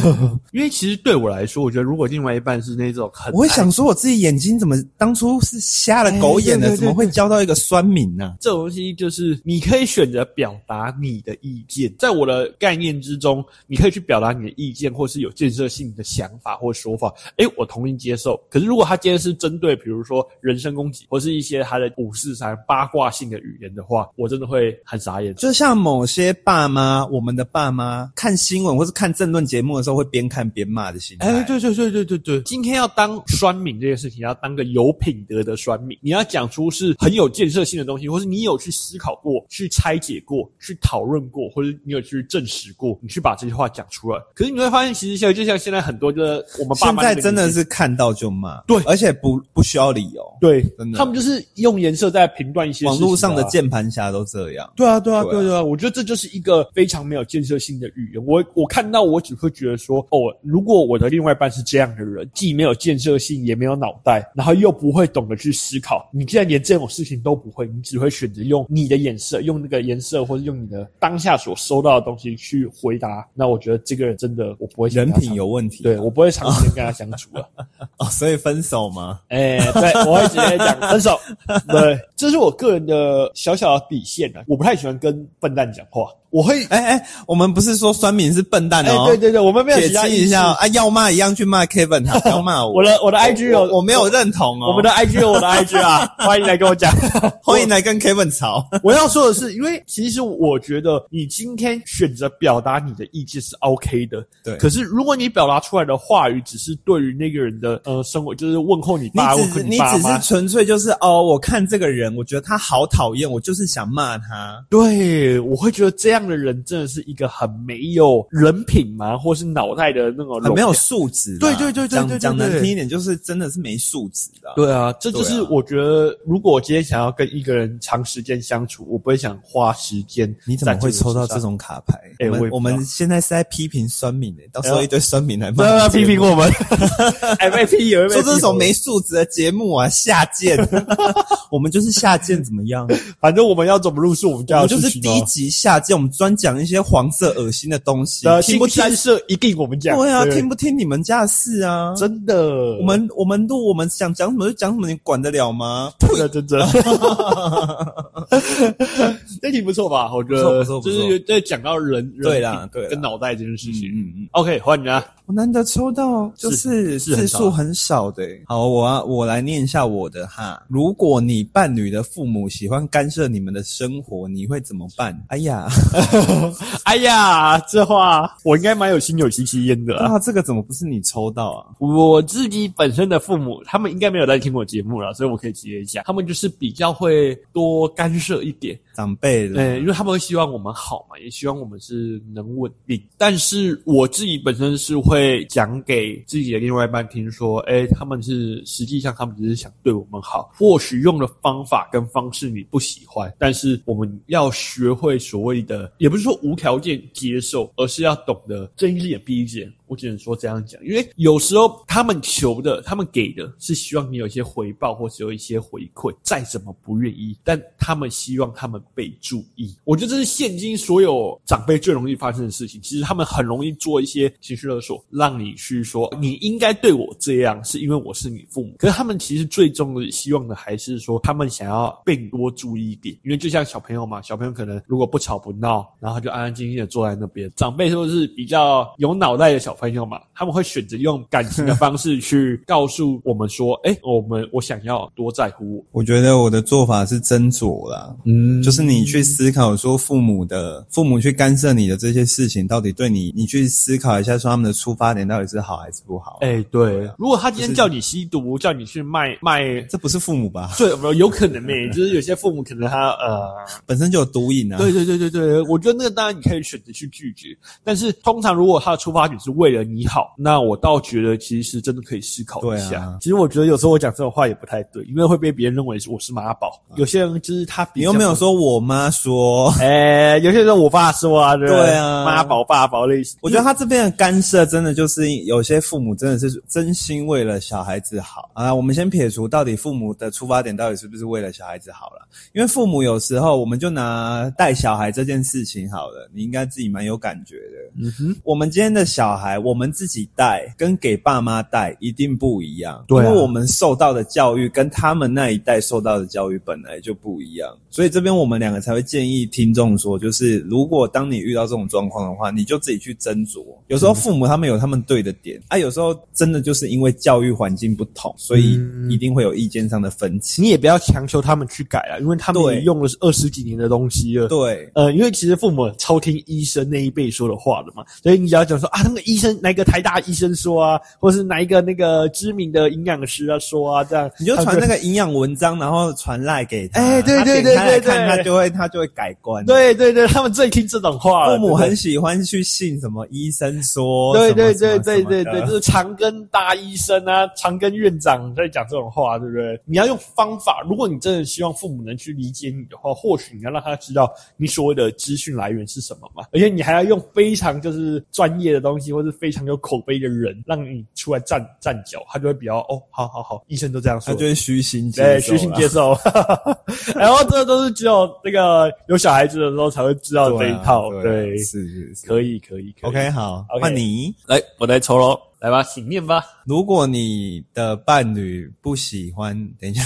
Speaker 2: 因为其实对我来说，我觉得如果另外一半是那种很
Speaker 1: 我会
Speaker 2: 爱
Speaker 1: 想说，我自己眼睛怎么当初是瞎了狗眼
Speaker 2: 哎
Speaker 1: 的，
Speaker 2: 对对对
Speaker 1: 怎么会交到一个酸民呢、
Speaker 2: 这种东西就是你可以选择表达你的意见，在我的概念之中，你可以去表达你的意见，或是有建设性的想法或说法。诶，我同意接受。可是如果他今天是针对，比如说人身攻击，或是一些他的五四三八卦性的语言的话，我真的会很傻眼。
Speaker 1: 就像某些爸妈，我们的爸妈看新闻或是看政论节目的时候，会边看边骂的心态。
Speaker 2: 哎，对对对对对对，今天要当酸民这件事情，要当个有品德的酸民，你要讲出是很有建设性的东西，或是你有去思考过、去拆解过、去讨论过，或者你有去证实过，你去把这些话讲出来。可是你会发现，其实像就像现在很多的我们爸
Speaker 1: 现
Speaker 2: 妈
Speaker 1: 在
Speaker 2: 那个
Speaker 1: 真的
Speaker 2: 年纪
Speaker 1: 是看到就骂，
Speaker 2: 对
Speaker 1: 而且不不需要理由。
Speaker 2: 对
Speaker 1: 真的
Speaker 2: 他们就是用颜色在评断一些啊
Speaker 1: 网络上的
Speaker 2: 建。
Speaker 1: 键盘侠都这样。
Speaker 2: 对啊，对啊，
Speaker 1: 对啊
Speaker 2: 对啊对啊！我觉得这就是一个非常没有建设性的语言。我我看到我只会觉得说，哦，如果我的另外一半是这样的人，既没有建设性，也没有脑袋，然后又不会懂得去思考，你既然连这种事情都不会，你只会选择用你的眼色，用那个颜色，或者用你的当下所收到的东西去回答，那我觉得这个人真的我不会想
Speaker 1: 人
Speaker 2: 跟他
Speaker 1: 品
Speaker 2: 长。
Speaker 1: 有问题，啊
Speaker 2: 对，我不会长时间跟他相处啊。
Speaker 1: 哦，所以分手吗？
Speaker 2: 哎、对，我会直接讲分手。对，这是我个人的小小的底线啊，我不太喜欢跟笨蛋讲话，我会。
Speaker 1: 哎哎，我们不是说酸民是笨蛋
Speaker 2: 哎、
Speaker 1: 哦，
Speaker 2: 对对对，我们没有
Speaker 1: 解
Speaker 2: 其他
Speaker 1: 释
Speaker 2: 意
Speaker 1: 一
Speaker 2: 思
Speaker 1: 下哦。啊，要骂一样去骂 Kevin，他不要骂 我。
Speaker 2: 我的我的 IG 有
Speaker 1: 我我没有认同哦，
Speaker 2: 我们的 IG 有我的 IG 啊，欢迎来跟我讲。
Speaker 1: 欢迎来跟 Kevin 吵。
Speaker 2: 我要说的是，因为其实我觉得你今天选择表达你的意见是 OK 的，
Speaker 1: 对
Speaker 2: 可是如果你表达出来的话语只是对于那个人的呃生活，就是问候你爸，
Speaker 1: 你
Speaker 2: 问
Speaker 1: 只
Speaker 2: 候
Speaker 1: 是你
Speaker 2: 爸
Speaker 1: 只
Speaker 2: 妈
Speaker 1: 是，纯粹就是哦，我看这个人，我觉得他好讨厌，我就是想骂他。
Speaker 2: 对，我会觉得这样的人真的是一个很没有人品嘛，或是脑袋的那种
Speaker 1: 很没有
Speaker 2: 容量。
Speaker 1: 素质啦，
Speaker 2: 对对对对对对
Speaker 1: 讲讲难
Speaker 2: 对
Speaker 1: 听一点，就是真的是没素质的。
Speaker 2: 对啊，这就是
Speaker 1: 对啊
Speaker 2: 我觉得，如果我今天想要跟一个人长时间相处，我不会想花时间。
Speaker 1: 你怎么会抽到这？种卡牌？
Speaker 2: 哎
Speaker 1: 我
Speaker 2: 我
Speaker 1: 们我们
Speaker 2: 也不知道哎
Speaker 1: 现在是在批评酸民诶、到时候一堆酸民来
Speaker 2: 不
Speaker 1: 骂
Speaker 2: 要
Speaker 1: 我
Speaker 2: 不
Speaker 1: 们节
Speaker 2: 要啊批
Speaker 1: 目
Speaker 2: 评， 我们，哎，被批也会被批
Speaker 1: 说这种没素质的节目啊，下贱。 我们就是下贱，怎么样？
Speaker 2: 反正我们要怎么入数，我们就
Speaker 1: 我
Speaker 2: 要
Speaker 1: 们就是
Speaker 2: 去
Speaker 1: 低
Speaker 2: 呢
Speaker 1: 级下贱，我们专讲一些黄色恶心的东西，听不听？
Speaker 2: 三啊社一定我们讲，
Speaker 1: 对啊，听不听你们家的事啊？
Speaker 2: 真的，
Speaker 1: 我们我们录我们想讲什么就讲什么，你管得了吗？
Speaker 2: 真的真的， 这题不错吧？我觉
Speaker 1: 不
Speaker 2: 得
Speaker 1: 错不错不
Speaker 3: 就
Speaker 1: 错
Speaker 3: 是在讲到人，
Speaker 1: 对
Speaker 3: 人
Speaker 1: 啦
Speaker 3: 品
Speaker 1: 对啦
Speaker 3: 跟脑袋这件事情。
Speaker 1: 嗯嗯。
Speaker 3: OK，换你啊，
Speaker 1: 我难得抽到，就是是
Speaker 2: 是很
Speaker 1: 字
Speaker 2: 少
Speaker 1: 数很少的欸、好，我啊，我来念一下我的哈。如果你伴侣的父母喜欢干涉你们的生活，你会怎么办？哎 呀，
Speaker 2: 哎呀，这话我应该蛮有心有戚戚焉的啦。
Speaker 1: 啊，这个怎么不是你抽到啊？
Speaker 2: 我自己本身的父母，他们应该没有在听我节目了，所以我可以接一下。他们就是比较会多干涉一点，
Speaker 1: 长辈的，
Speaker 2: 哎对，因为他们会希望我们好嘛，也希望我们是能稳定。但是我自己本身是会讲给自己的另外一半听，说，哎，他们是实际上他们只是想对我们好，或许用的方法跟方式你不喜欢，但是我们要学会所谓的，也不是说无条件接受，而是要懂得睁一只眼闭一只眼。我只能说这样讲，因为有时候他们求的，他们给的是希望你有一些回报，或是有一些回馈，再怎么不愿意，但他们希望他们被注意。我觉得这是现今所有长辈最容易发生的事情。其实他们很容易做一些情绪勒索，让你去说你应该对我这样，是因为我是你父母。可是他们其实最终的希望的还是说，他们想要被你多注意一点，因为就像小朋友嘛，小朋友可能如果不吵不闹，然后就安安静静的坐在那边。长辈都是比较有脑袋的小朋友嘛，他们会选择用感 情的方式去告诉我们说，哎、我们我想要多在乎我。
Speaker 1: 我觉得我的做法是斟酌啦。
Speaker 2: 嗯
Speaker 1: 就是你去思考说父母的父母去干涉你的这些事情，到底对你，你去思考一下说他们的出发点到底是好还是不好？
Speaker 2: 哎、对，如果他今
Speaker 1: 啊
Speaker 2: 天
Speaker 1: 就是
Speaker 2: 叫你吸毒，叫你去卖卖
Speaker 1: 这不是父母吧？
Speaker 2: 最有可能呢、就是有些父母可能他呃，
Speaker 1: 本身就有毒瘾啊。
Speaker 2: 对对对对对，我觉得那个当然你可以选择去拒绝，但是通常如果他的出发点是为了你好，那我倒觉得其实真的可以思考一
Speaker 1: 对
Speaker 2: 下。
Speaker 1: 啊
Speaker 2: 其实我觉得有时候我讲这种话也不太对，因为会被别人认为是我是妈宝。有些人就是他比
Speaker 1: 你
Speaker 2: 较
Speaker 1: 又没有。说我妈说，
Speaker 2: 哎、有些人我爸说啊，对不
Speaker 1: 对啊
Speaker 2: 妈宝爸宝类型，
Speaker 1: 我觉得他这边的干涉真的就是有些父母真的是真心为了小孩子好啊。我们先撇除到底父母的出发点到底是不是为了小孩子好了，因为父母有时候我们就拿带小孩这件事情好了，你应该自己蛮有感觉的。
Speaker 2: 嗯哼，
Speaker 1: 我们今天的小孩，我们自己带跟给爸妈带一定不一样，
Speaker 2: 对啊
Speaker 1: 因为我们受到的教育跟他们那一代受到的教育本来就不一样，所以这边我们两个才会建议听众说，就是如果当你遇到这种状况的话，你就自己去斟酌。有时候父母他们有他们对的
Speaker 2: 嗯
Speaker 1: 点啊，有时候真的就是因为教育环境不同，所以
Speaker 2: 嗯
Speaker 1: 一定会有意见上的分歧。
Speaker 2: 你也不要强求他们去改啊，因为他们
Speaker 1: 对
Speaker 2: 也用了二十几年的东西了，
Speaker 1: 对，
Speaker 2: 呃，因为其实父母超听医生那一辈说的话的嘛，所以你只要讲说啊，那个医生哪个台大医生说啊，或是哪一个那个知名的营养师啊说啊，这样
Speaker 1: 你就传那
Speaker 2: 个
Speaker 1: 个营养文章，然后传赖给他，
Speaker 2: 哎对
Speaker 1: 他
Speaker 2: 对
Speaker 1: 点
Speaker 2: 对
Speaker 1: 开来
Speaker 2: 对
Speaker 1: 看
Speaker 2: 对
Speaker 1: 他就会他就会改观。
Speaker 2: 对对对，他们最听这种话了，
Speaker 1: 父母
Speaker 2: 啊对不对
Speaker 1: 很喜欢去信什么医生说，
Speaker 2: 对对
Speaker 1: 什么
Speaker 2: 对
Speaker 1: 什么什
Speaker 2: 对
Speaker 1: 么
Speaker 2: 对
Speaker 1: 的
Speaker 2: 对，就是长庚大医生啊，长庚院长在讲这种话，对不对？你要用方法，如果你真的希望父母能去理解你的话，或许你要让他知道你所谓的资讯来源是什么嘛，而且你还要用非常就是专业的东西，或是非常有口碑的人，让你出来站站脚，他就会比较哦，好好好，医生都这样
Speaker 1: 他
Speaker 2: 说，
Speaker 1: 就会虚心接受啦
Speaker 2: 对，虚心接受。 然后这都是只有那个有小孩子的时候才会知道这
Speaker 1: 对
Speaker 2: 一
Speaker 1: 啊
Speaker 2: 套，
Speaker 1: 对啊
Speaker 2: 对，
Speaker 1: 是是是。
Speaker 2: 可以可以可以
Speaker 1: OK，好，
Speaker 2: OK
Speaker 1: 换你。
Speaker 2: 来，我来抽喽，来吧，请念吧。
Speaker 1: 如果你的伴侣不喜欢，等 一下，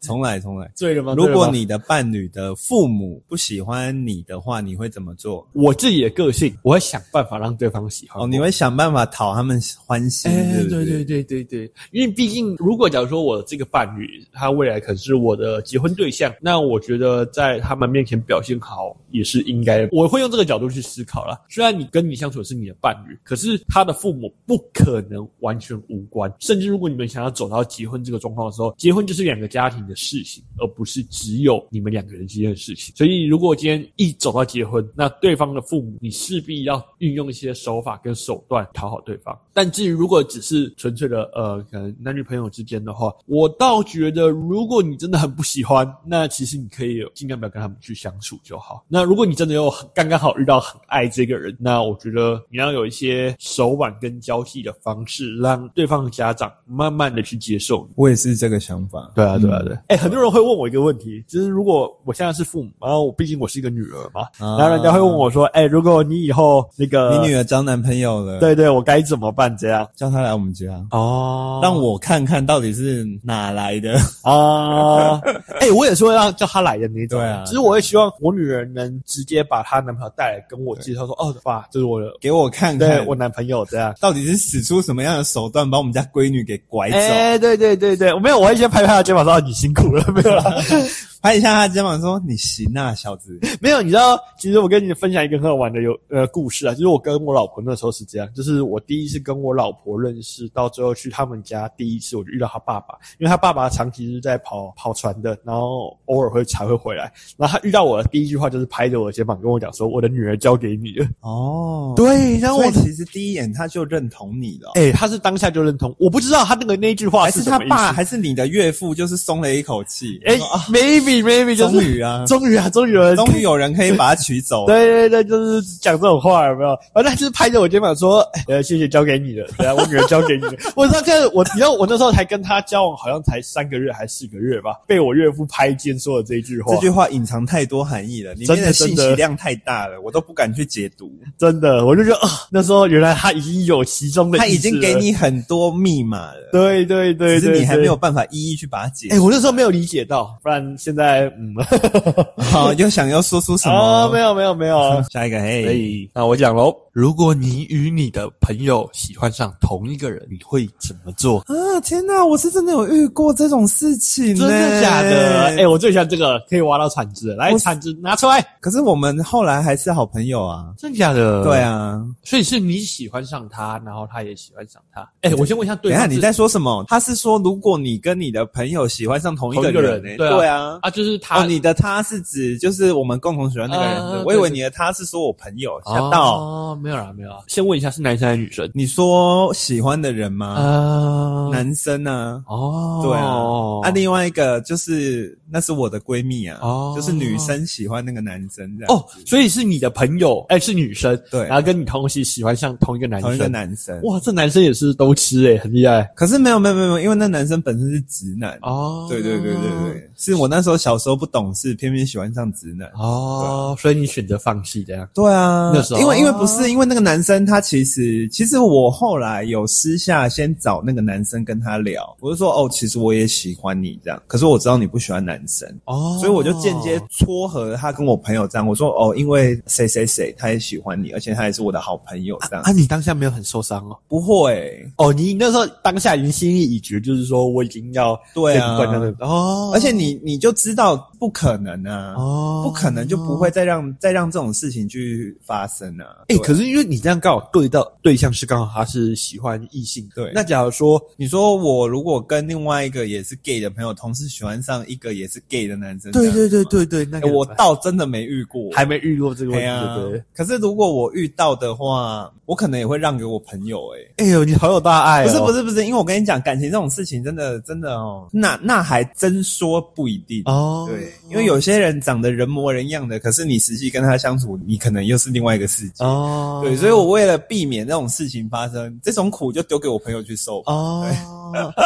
Speaker 1: 重来重来。
Speaker 2: 醉了吗？
Speaker 1: 如
Speaker 2: 醉了
Speaker 1: 果
Speaker 2: 吗
Speaker 1: 你的伴侣的父母不喜欢你的话，你会怎么做？
Speaker 2: 我自己的个性，我会想办法让对方喜欢我。
Speaker 1: 哦，你会想办法讨他们欢心，
Speaker 2: 哎、
Speaker 1: 是不
Speaker 2: 对
Speaker 1: 是
Speaker 2: 对对对对，因为毕竟，如果假如说我这个伴侣，他未来可是我的结婚对象，那我觉得在他们面前表现好也是应该的。我会用这个角度去思考啦。虽然你跟你相处的是你的伴侣，可是他的父母不可能完全无关。甚至如果你们想要走到结婚这个状况的时候，结婚就是两个家庭的事情，而不是只有你们两个人之间的事情。所以，如果今天一走到结婚，那对方的父母，你势必要运用一些手法跟手段讨好对方。但至于如果只是纯粹的呃，可能男女朋友之间的话，我倒觉得，如果你真的很不喜欢，那其实你可以尽量不要跟他们去相处就好。那如果你真的有很刚刚好遇到很爱这个人，那我觉得你要有一些些手腕跟交际的方式，让对方的家长慢慢的去接受你。
Speaker 1: 我也是这个想法。
Speaker 2: 对啊，对啊，对。哎、很多人会问我一个问题，就是如果我现在是父母，然后我毕竟我是一个女儿嘛，
Speaker 1: 啊
Speaker 2: 然后人家会问我说：“哎、如果你以后那个
Speaker 1: 你女儿交男朋友了，，
Speaker 2: 对对，我该怎么办？”这样
Speaker 1: 叫她来我们家，
Speaker 2: 哦
Speaker 1: 让我看看到底是哪来的。
Speaker 2: 啊， 哎、我也是会让叫她来的那种。
Speaker 1: 对啊
Speaker 2: 只是我会希望我女儿能直接把她男朋友带来跟我介绍说：“哦，爸，这是我的，嗯
Speaker 1: 给我看
Speaker 2: 对
Speaker 1: 看，
Speaker 2: 我男朋友这样。”
Speaker 1: 到底是使出什么样的手段把我们家闺女给拐走？
Speaker 2: 哎、对对对对，我没有，我会先拍拍她肩膀说：“哦你辛苦了，没有啦。”
Speaker 1: 拍一下她肩膀说：“你行啊，小子。
Speaker 2: 没有，你知道，其实我跟你分享一个很好玩的有呃故事啊，就是我跟我老婆那时候是这样，就是我第一次跟我老婆认识，到最后去他们家第一次我就遇到她爸爸，因为她爸爸长期是在跑跑船的，然后偶尔会才会回来，然后他遇到我的第一句话就是拍着我的肩膀跟我讲说，我的女儿交给你了，”
Speaker 1: 哦，
Speaker 2: 对，然后
Speaker 1: 所
Speaker 2: 我
Speaker 1: 以。其实第一眼她就认同你了。
Speaker 2: 哎、他是当下就认同，我不知道他那个那句话
Speaker 1: 还
Speaker 2: 是
Speaker 1: 是
Speaker 2: 什
Speaker 1: 他
Speaker 2: 么意思。
Speaker 1: 爸，还是你的岳父，就是松了一口气。
Speaker 2: 哎、
Speaker 1: 说啊
Speaker 2: m a y b e maybe 就是
Speaker 1: 终于啊
Speaker 2: 终于啊，终于有人
Speaker 1: 终于有人可以把他娶走。，
Speaker 2: 对对对，就是讲这种话，有没有？然后他就是拍着我肩膀说：“呃，谢谢，交给你了， 对啊，我女儿交给你了。” 我那个，我你知道，我那时候才跟他交往，好像才三个月还是四个月吧，被我岳父拍肩说的这一句话，
Speaker 1: 这句话隐藏太多含义了，里
Speaker 2: 真
Speaker 1: 面
Speaker 2: 的
Speaker 1: 的信
Speaker 2: 真
Speaker 1: 息
Speaker 2: 的
Speaker 1: 量太大了，我都不敢去解读。
Speaker 2: 真的，我就觉得啊、那时候原来他已经有其中的意思了，
Speaker 1: 他已经给你很多密码了，
Speaker 2: 对，对对对
Speaker 1: 只
Speaker 2: 对，
Speaker 1: 是你还没有。办法一一去把它解
Speaker 2: 哎、。我那时候没有理解到，不然现在嗯，
Speaker 1: 好，又想要说出什
Speaker 2: 啊、没
Speaker 1: 么？
Speaker 2: 有没有没 有，哎
Speaker 1: 下一个，
Speaker 2: 所
Speaker 1: 嘿，
Speaker 2: 以，那我讲喽。如果你与你的朋友喜欢上同一个人，你会怎么做？
Speaker 1: 啊，天哪，我是真的有遇过这种事情呢，
Speaker 2: 真的假的？哎、我最喜欢这个，可以挖到铲子，来
Speaker 1: 我
Speaker 2: 铲子拿出来。
Speaker 1: 可是我们后来还是好朋友啊。
Speaker 2: 真的假的？
Speaker 1: 对，啊，
Speaker 2: 所以是你喜欢上他，然后他也喜欢上他。哎、我先问一下对
Speaker 1: 等一
Speaker 2: 方
Speaker 1: 下
Speaker 2: 是，
Speaker 1: 你在说什么？他是说，如果你跟你的朋友喜欢上同一
Speaker 2: 同一个
Speaker 1: 个人
Speaker 2: 人
Speaker 1: 呢，
Speaker 2: 对啊
Speaker 1: 对啊，
Speaker 2: 啊，就是他、
Speaker 1: 哦，你的他是指就是我们共同喜欢那个人
Speaker 2: 啊
Speaker 1: 的，
Speaker 2: 对
Speaker 1: 我以为
Speaker 2: 对
Speaker 1: 你的他是说我朋友，吓
Speaker 2: 哦
Speaker 1: 到。
Speaker 2: 哦，没有啦，没有啦。先问一下是男生还是女生？
Speaker 1: 你说喜欢的人吗？
Speaker 2: 啊
Speaker 1: 男生呢？
Speaker 2: 哦，
Speaker 1: 对呃啊，啊，另外一个就是那是我的闺蜜啊，
Speaker 2: 哦
Speaker 1: 就是女生喜欢那个男生这样
Speaker 2: 哦，所以是你的朋友，哎、是女生，
Speaker 1: 对
Speaker 2: 然后跟你同时喜欢上同一个男生，
Speaker 1: 同一个男生。
Speaker 2: 哇，这男生也是都吃哎、很厉害
Speaker 1: 可是没有没有没有，没有因为那男生本身是直男。
Speaker 2: 哦
Speaker 1: 对对对对对，是我那时候小时候不懂事，偏偏喜欢上直男。
Speaker 2: 哦，所以你选择放弃这样
Speaker 1: 对啊
Speaker 2: 那时，候
Speaker 1: 因为因为不是因为那个男生他其实其实我后来有私下先找那个男生跟他聊，我就说哦，其实我也喜欢你这样，可是我知道你不喜欢男生，
Speaker 2: 哦
Speaker 1: 所以我就间接撮合他跟我朋友这样，我说哦，因为谁谁谁他也喜欢你，而且他也是我的好朋友这样，
Speaker 2: 啊，你当下没有很受伤哦？
Speaker 1: 不会、
Speaker 2: 哦，你那时候当下已经心意已决，就是说我已经要
Speaker 1: 对啊
Speaker 2: 被关掉那个哦，
Speaker 1: 而且你你就知道不可能啊，
Speaker 2: 哦
Speaker 1: 不可能就不会再让再让这种事情去发生啊。
Speaker 2: 哎、
Speaker 1: 对
Speaker 2: 可是因为你这样刚好对到对象是刚好他是喜欢异性，
Speaker 1: 对
Speaker 2: 那假如说
Speaker 1: 你说我如果跟另外一个也是 gay 的朋友，同时喜欢上一个也是 gay 的男生，
Speaker 2: 对
Speaker 1: 这样
Speaker 2: 对对对对，哎那
Speaker 1: 哎
Speaker 2: 个、
Speaker 1: 我倒真的没遇过，
Speaker 2: 还没遇过这个问
Speaker 1: 对
Speaker 2: 题，
Speaker 1: 啊
Speaker 2: 对不对？。
Speaker 1: 可是如果我遇到的话，我可能也会让给我朋友、欸。
Speaker 2: 哎呦，你好有大爱、哦，
Speaker 1: 不是不
Speaker 2: 是
Speaker 1: 是不是，因为我跟你讲，感情这种事情真的真的哦，那那还真说不一定。
Speaker 2: 哦，
Speaker 1: 对，因为有些人长得人模人样的，可是你实际跟他相处，你可能又是另外一个世界。
Speaker 2: 哦，
Speaker 1: 对，所以我为了避免那种事情发生，这种苦就丢给我朋友去受。
Speaker 2: 哦，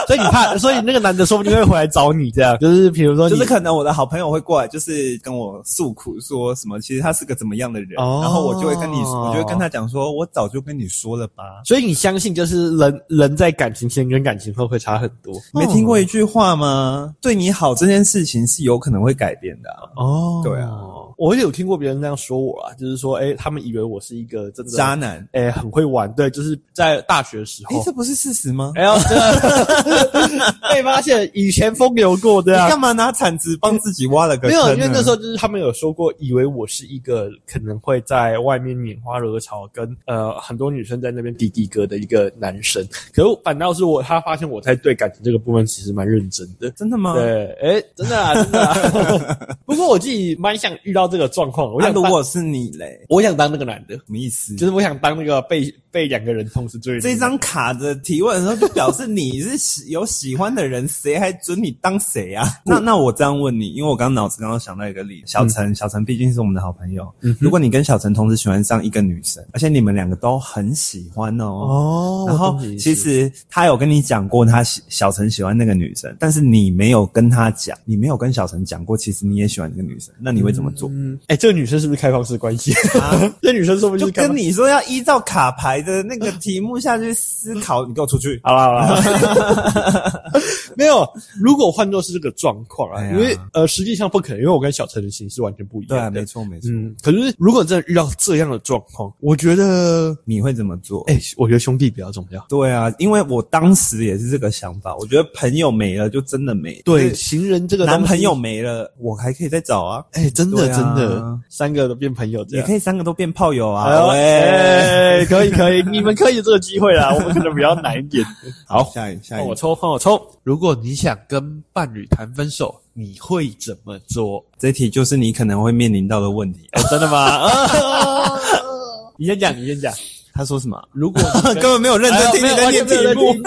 Speaker 2: 所以你怕，所以那个男的说不定会回来找你，这样就是比如说你
Speaker 1: 就是可能我的好朋友会过来，就是跟我诉苦，说什么其实他是个怎么样的人，
Speaker 2: 哦
Speaker 1: 然后我就会跟你，我就会跟他讲说，我早就跟你说了吧。
Speaker 2: 所以你相信就是人人在感情前跟感情后会差很多，
Speaker 1: 没听过一句话吗？对你好这件事情是有可能会改变的、啊。
Speaker 2: 哦
Speaker 1: 对啊，
Speaker 2: 我也有听过别人这样说我啊，就是说，哎、他们以为我是一个真的
Speaker 1: 渣，男，
Speaker 2: 哎、很会玩，对，就是在大学的时
Speaker 1: 诶，
Speaker 2: 候，
Speaker 1: 这不是事实吗？
Speaker 2: 哎呀，真的 被发现以前风流过的
Speaker 1: 你
Speaker 2: 啊。
Speaker 1: 干嘛拿铲子帮自己挖了个
Speaker 2: 没
Speaker 1: 坑啊呢？
Speaker 2: 有，因为那时候就是他们有说过，以为我是一个可能会在外面拈花惹草，跟呃很多女生在那边滴滴哥的一个男生。可是反倒是我，他发现我在对感情这个部分其实蛮认真的。
Speaker 1: 真的
Speaker 4: 啊
Speaker 1: 吗？
Speaker 2: 对，哎、真 的啊，真的啊。不过我自己蛮想遇到这个状况，我
Speaker 1: 那啊
Speaker 2: 想
Speaker 4: 啊
Speaker 1: 如
Speaker 2: 当、
Speaker 1: 果是你嘞，
Speaker 2: 我想当那个男的，
Speaker 1: 什么意思？
Speaker 2: 就是我想当那个被被两个人同时追的
Speaker 1: 这
Speaker 2: 那个
Speaker 1: 张卡的提问的时候，就表示你是喜有喜欢的人，谁还准你当谁
Speaker 2: 嗯
Speaker 1: 啊？那那我这样问你，因为我刚脑子刚刚想到一个例子，小陈，小陈毕竟是我们的好朋友。
Speaker 2: 嗯
Speaker 1: 如果你跟小陈同时喜欢上一个女生，而且你们两个都很喜欢哦，
Speaker 2: 哦
Speaker 1: 然后其实他有跟你讲过他喜小陈喜欢那个女生，但是你没有跟他讲，你没有跟小陈讲过，其实你也喜欢这个女生，那你会怎么做？
Speaker 4: 嗯，哎、这个女生是不是开放式关系？这 女生说不定
Speaker 1: 就是
Speaker 4: 开
Speaker 1: 跟
Speaker 4: 放。
Speaker 1: 你说要依照卡牌的那个题目下去思考，你给我出去。
Speaker 4: 好啦好啦， 没有。如果换作是这个状况啊，
Speaker 1: 哎呀
Speaker 4: 因为呃，实际上不可能，因为我跟小陈的形式完全不一
Speaker 1: 对啊，
Speaker 4: 样的。
Speaker 1: 没错没错。
Speaker 4: 嗯，可是如果真的遇到这样的状况，我觉得，
Speaker 1: 你会怎么做？
Speaker 4: 哎、我觉得兄弟比较重要。
Speaker 1: 对啊，因为我当时也是这个想法，我觉得朋友没了就真的没了，
Speaker 4: 对，
Speaker 1: 就是
Speaker 4: 情人这个
Speaker 1: 男
Speaker 4: 东西
Speaker 1: 朋友，没了，我还可以再找啊，
Speaker 4: 哎、真的、
Speaker 1: 对
Speaker 4: 真
Speaker 1: 啊
Speaker 4: 的，三个都变朋友这
Speaker 1: 也
Speaker 4: 样。
Speaker 1: 可以三个都变炮友
Speaker 4: 哎呦
Speaker 1: 啊。喂，
Speaker 4: 哎， 可以可以，你们可以有这个机会啦， 我们可能比较难一点。好，
Speaker 1: 下一下
Speaker 4: 换
Speaker 1: 一
Speaker 4: 我
Speaker 1: 个，
Speaker 4: 抽，换我抽。
Speaker 2: 如果你想跟伴侣谈分手，你会怎么 做？
Speaker 1: 这题就是你可能会面临到的问题。
Speaker 4: 哎，真的吗？啊
Speaker 2: 你先讲，你先讲。
Speaker 1: 他说什么？
Speaker 2: 如果
Speaker 1: 根本没有
Speaker 4: 哎
Speaker 1: 认真
Speaker 2: 哎
Speaker 1: 听你在念题目。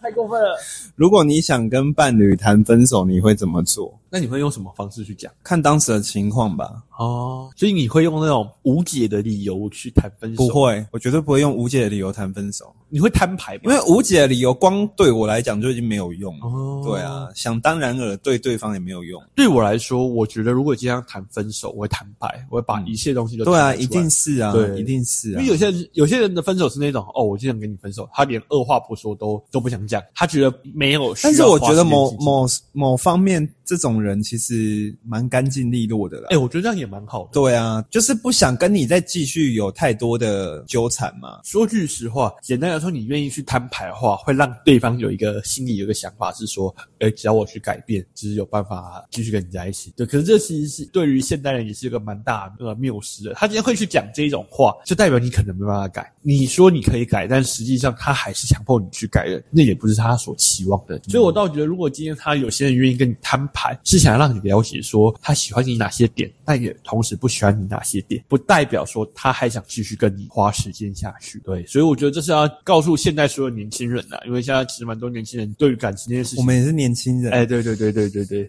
Speaker 4: 太过分了。
Speaker 1: 如果你想跟伴侣谈分手，你会怎么做？
Speaker 2: 那你会用什么方式去讲？
Speaker 1: 看当时的情况吧。
Speaker 2: 哦，所以你会用那种无解的理由去谈分手？
Speaker 1: 不，会，我绝对不会用无解的理由谈分手，
Speaker 2: 你会摊牌
Speaker 1: 因
Speaker 2: 吗？
Speaker 1: 为无解的理由光对我来讲就已经没有用了。
Speaker 2: 哦
Speaker 1: 对啊，想当然尔对对方也没有用。
Speaker 2: 对我来说，我觉得如果今天要谈分手，我会摊牌，我会把一切东西都
Speaker 1: 对啊，
Speaker 2: 摊出来
Speaker 1: 一定是啊，
Speaker 2: 对
Speaker 1: 一定是
Speaker 2: 因
Speaker 1: 啊
Speaker 2: 为。有些人有些人的分手是那种哦，我就想跟你分手，他连二话不说都都不想讲，他觉得没有需要
Speaker 1: 但是我觉得
Speaker 2: 花时间
Speaker 1: 某
Speaker 2: 进行，
Speaker 1: 某某方面，这种人其实蛮干净利落的啦。
Speaker 2: 哎、我觉得这样也蛮好的。
Speaker 1: 对啊，就是不想跟你再继续有太多的纠缠嘛。
Speaker 2: 说句实话，简单来说，你愿意去摊牌的话，会让对方有一个心里有一个想法是说，哎、只要我去改变，就是有办法继续跟你在一起。对，可是这其实是对于现代人也是一个蛮大的呃谬失的。他今天会去讲这种话，就代表你可能没办法改。你说你可以改，但实际上他还是强迫你去改的，那也不是他所期望的。所以我倒觉得，如果今天他有些人愿意跟你摊牌，是想让你了解说他喜欢你哪些点，但也同时不喜欢你哪些点，不代表说他还想继续跟你花时间下去。对，所以我觉得这是要告诉现在所有年轻人的、啊因为现在其实蛮多年轻人对于感情这件事情，
Speaker 1: 我们也是年轻人，啊
Speaker 2: 哎，对对对对对对，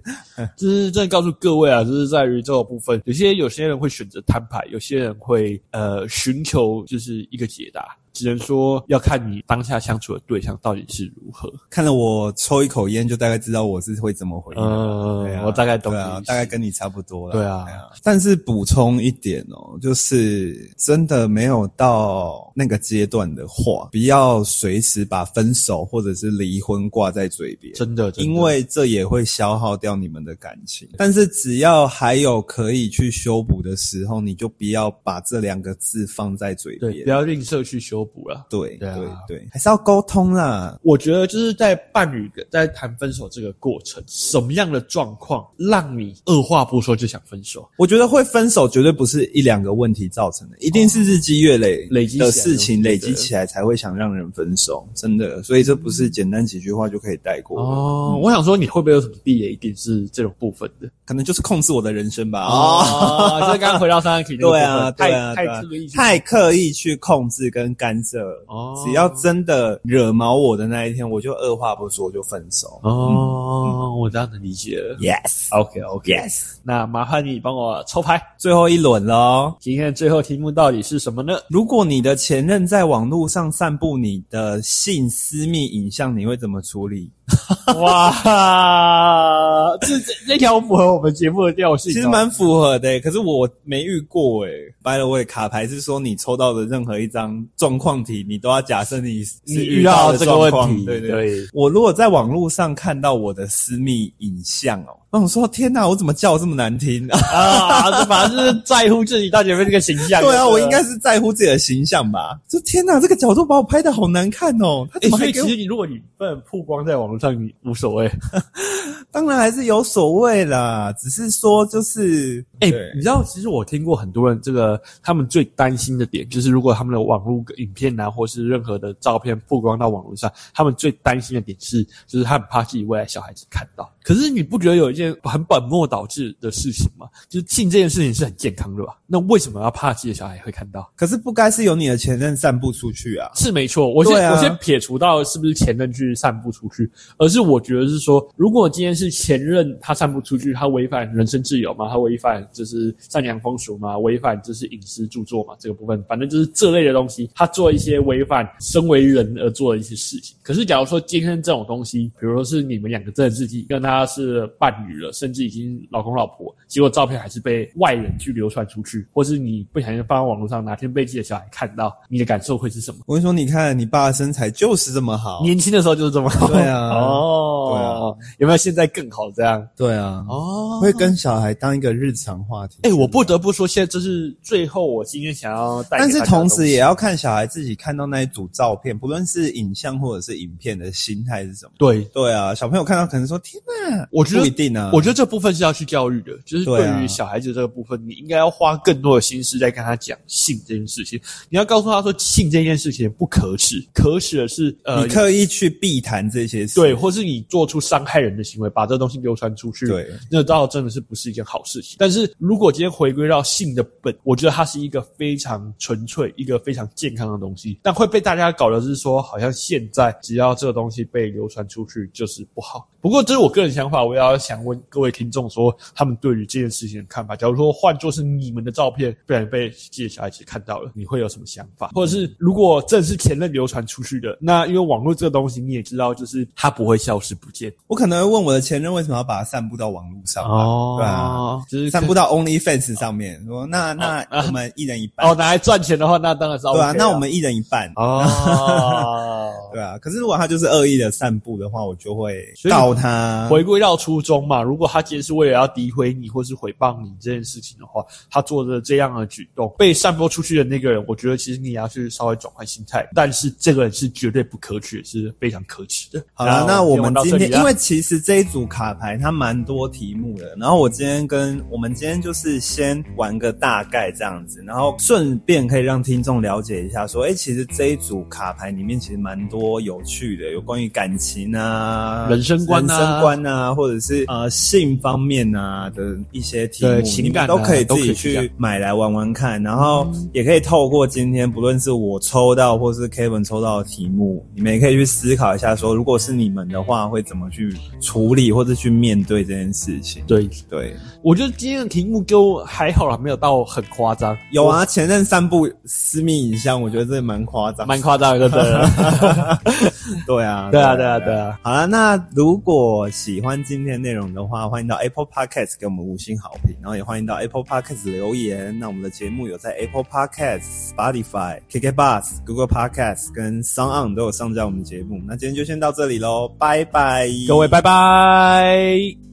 Speaker 2: 就是真的告诉各位啊，就是在于这个部分，有些有些人会选择摊牌，有些人会呃寻求就是一个解答，只能说要看你当下相处的对象到底是如何。
Speaker 1: 看了我抽一口烟，就大概知道我是会怎么回应。
Speaker 2: 嗯
Speaker 1: 对啊
Speaker 2: 我大概懂你
Speaker 1: 对
Speaker 2: 意思，
Speaker 1: 啊，大概跟你差不多了。
Speaker 2: 对啊
Speaker 1: 但是补充一点哦，就是真的没有到那个阶段的话，不要随时把分手或者是离婚挂在嘴边。
Speaker 2: 真的，真的
Speaker 1: 因为这也会消耗掉你们的感情，但是只要还有可以去修补的时候，你就不要把这两个字放在嘴边
Speaker 2: 对，不。要吝啬去修补了。
Speaker 1: 对
Speaker 2: 对啊
Speaker 1: 对对，还是要沟通啦。
Speaker 2: 我觉得就是在伴侣在谈分手这个过程，什么样的状况让你二话不说就想分手？
Speaker 1: 我觉得会分手绝对不是一两个问题造成的，一定是日积月累、
Speaker 2: 哦累积起来
Speaker 1: 的事情
Speaker 2: 对
Speaker 1: 累积起来才会想让人分手，真的。所以这不是简单几句话就可以带过的，
Speaker 2: 哦，我想说你会不会有什么地雷点是这种部分的？
Speaker 1: 可能就是控制我的人生吧。哦，
Speaker 2: 哦，就是刚刚回到上一题那个部
Speaker 1: 对
Speaker 2: 分，
Speaker 1: 啊，对啊，
Speaker 2: 太
Speaker 1: 对啊
Speaker 2: 太刻意去，
Speaker 1: 太刻意去控制跟干涉。
Speaker 2: 哦
Speaker 1: 只要真的惹毛我的那一天，我就二话不说就分手。
Speaker 2: 哦，我这样能理解了。
Speaker 1: Yes，
Speaker 2: OK OK，
Speaker 1: Yes
Speaker 2: 那麻烦你帮我抽牌，
Speaker 1: 最后一轮喽。
Speaker 2: 今天的最后题目到底是什么呢？
Speaker 1: 如果你的前任在网络上散布你的性私密影像，你会怎么处理？
Speaker 2: 哇，这这这条符合我们节目的调性哦，
Speaker 1: 其实蛮符合的、欸可是我没遇过哎、白了 y 卡牌是说你抽到的任何一张状况题，你都要假设你是
Speaker 2: 你
Speaker 1: 遇
Speaker 2: 遇到
Speaker 1: 的
Speaker 2: 这个问
Speaker 1: 状况
Speaker 2: 题，
Speaker 1: 对对对。
Speaker 2: 对。
Speaker 1: 我如果在网络上看到我的私密影像哦，我想说天哪，我怎么叫这么难听？
Speaker 2: 啊，这反正就是在乎自己到底有没有这个形象。
Speaker 1: 对啊，我应该是在乎自己的形象吧。就天哪，这个角度把我拍的好难看哦。他怎
Speaker 2: 诶。
Speaker 1: 么
Speaker 2: 欸所
Speaker 1: 还
Speaker 2: 以
Speaker 1: 给
Speaker 2: 其
Speaker 1: 我？
Speaker 2: 实你，如果你不能曝光在网络上，你无所谓。
Speaker 1: 当然还是有所谓啦，只是说就是，
Speaker 2: 哎、
Speaker 1: 对
Speaker 2: 你知道，其实我听过很多人，这个他们最担心的点，就是如果他们的网络影片啊，或是任何的照片曝光到网络上，他们最担心的点是，就是他很怕自己未来小孩子看到。可是你不觉得有一件件很本末倒置的事情嘛，就是性这件事情是很健康的吧？那为什么要怕自己的小孩会看到？
Speaker 1: 可是不该是由你的前任散布出去啊。
Speaker 2: 是没错，我先、
Speaker 1: 对啊
Speaker 2: 我先撇除到是不是前任去散步出去，而是我觉得是说，如果今天是前任他散步出去，他违反人身自由嘛，他违反就是善良风俗嘛，违反就是隐私著作嘛这个部分，反正就是这类的东西，他做一些违反身为人而做的一些事情。可是假如说今天这种东西，比如说是你们两个真的自己跟他是伴侣了，甚至已经老公老婆，结果照片还是被外人去流传出去，或是你不小心放到网络上，哪天被自己的小孩看到，你的感受会是什么？
Speaker 1: 我跟你说，你看你爸的身材就是这么好，
Speaker 2: 年轻的时候就是这么好。
Speaker 1: 对啊
Speaker 2: 哦，对啊，有没有现在更好这样？
Speaker 1: 对啊，
Speaker 2: 哦
Speaker 1: 会跟小孩当一个日常话题。
Speaker 2: 哎、我不得不说，现在这是最后我今天想要带给大
Speaker 1: 但
Speaker 2: 家
Speaker 1: 是
Speaker 2: 的东西，
Speaker 1: 同时也要看小孩自己看到那一组照片，不论是影像或者是影片的心态是什么。
Speaker 2: 对。
Speaker 1: 对啊，小朋友看到可能说：“天哪！”
Speaker 2: 我觉得
Speaker 1: 不一定啊。
Speaker 2: 我觉得这部分是要去教育的，就是
Speaker 1: 对
Speaker 2: 对
Speaker 1: 啊
Speaker 2: 于小孩子这个部分，你应该要花更多的心思在跟他讲性这件事情。你要告诉他说，性这件事情不可耻，可耻的是呃
Speaker 1: 你，刻意去避谈这些事，
Speaker 2: 对，或是你做出伤害人的行为，把这东西流传出去，
Speaker 1: 对，
Speaker 2: 那倒真的是不是一件好事情。但是如果今天回归到性的本，我觉得它是一个非常纯粹、一个非常健康的东西，但会被大家搞的是说，好像现在只要这个东西被流传出去就是不好。不过这是我个人想法，我也要想问各位听众说，他们对于这件事情的看法。假如说换作是你们的照片，不然被自己的小孩子看到了，你会有什么想法？或者是如果正是前任流传出去的，那因为网络这个东西你也知道，就是它不会消失不见。
Speaker 1: 我可能会问我的前任为什么要把它散布到网络上吧
Speaker 2: 哦
Speaker 1: 对啊，
Speaker 2: 就是
Speaker 1: 散布到 OnlyFans 上面，说那那我们一人一半，
Speaker 2: 哦哦，拿来赚钱的话，那当然是 OK
Speaker 1: 对
Speaker 2: 啊。
Speaker 1: 啊，那我们一人一半，
Speaker 2: 哦，
Speaker 1: 对啊。可是如果他就是恶意的散布的话，我就会
Speaker 2: 所以
Speaker 1: 告他。
Speaker 2: 回归到初衷嘛。如果他今天是为了要诋毁你或是诽谤你这件事情的话，他做的这样的举动被散播出去的那个人，我觉得其实你也要去稍微转换心态。但是这个人是绝对不可取，也是非常可取的。
Speaker 1: 好了，那我们今天
Speaker 2: 因
Speaker 1: 因
Speaker 2: 为
Speaker 1: 为其实这一组卡牌它蛮多题目的，然后我今天跟我们今天就是先玩个大概这样子，然后顺便可以让听众了解一下说，哎、其实这一组卡牌里面其实蛮多有趣的，有关于感情啊、
Speaker 2: 人生观啊
Speaker 1: 人生观啊，或者是呃性方面啊的一些题目，
Speaker 2: 对情感
Speaker 1: 你
Speaker 2: 啊
Speaker 1: 们都可以自
Speaker 2: 都可
Speaker 1: 己
Speaker 2: 以去
Speaker 1: 去
Speaker 2: 讲
Speaker 1: 买来玩玩看，然后也可以透过今天不论是我抽到或是 Kevin 抽到的题目，你们也可以去思考一下说，如果是你们的话，会怎么去处理或者去面对这件事情。
Speaker 2: 对，
Speaker 1: 对，
Speaker 2: 我觉得今天的题目都还好啦，没有到很夸张。
Speaker 1: 有啊，前任散布私密影像，我觉得这蛮夸张。
Speaker 2: 蛮夸张的，对不对？
Speaker 1: 对啊，
Speaker 2: 对啊，对啊，对。啊。
Speaker 1: 好了，那如果喜欢今天内容的话，欢迎到 Apple Podcast 给我们五星好评，然后也欢迎到 Apple Podcast 留言。那我们的节目有在 Apple Podcast、Spotify、KK Bus、Google Podcast 跟 Sound On 都有上架我们节目。那今天就先到这里喽，拜拜，
Speaker 2: 各位，拜拜。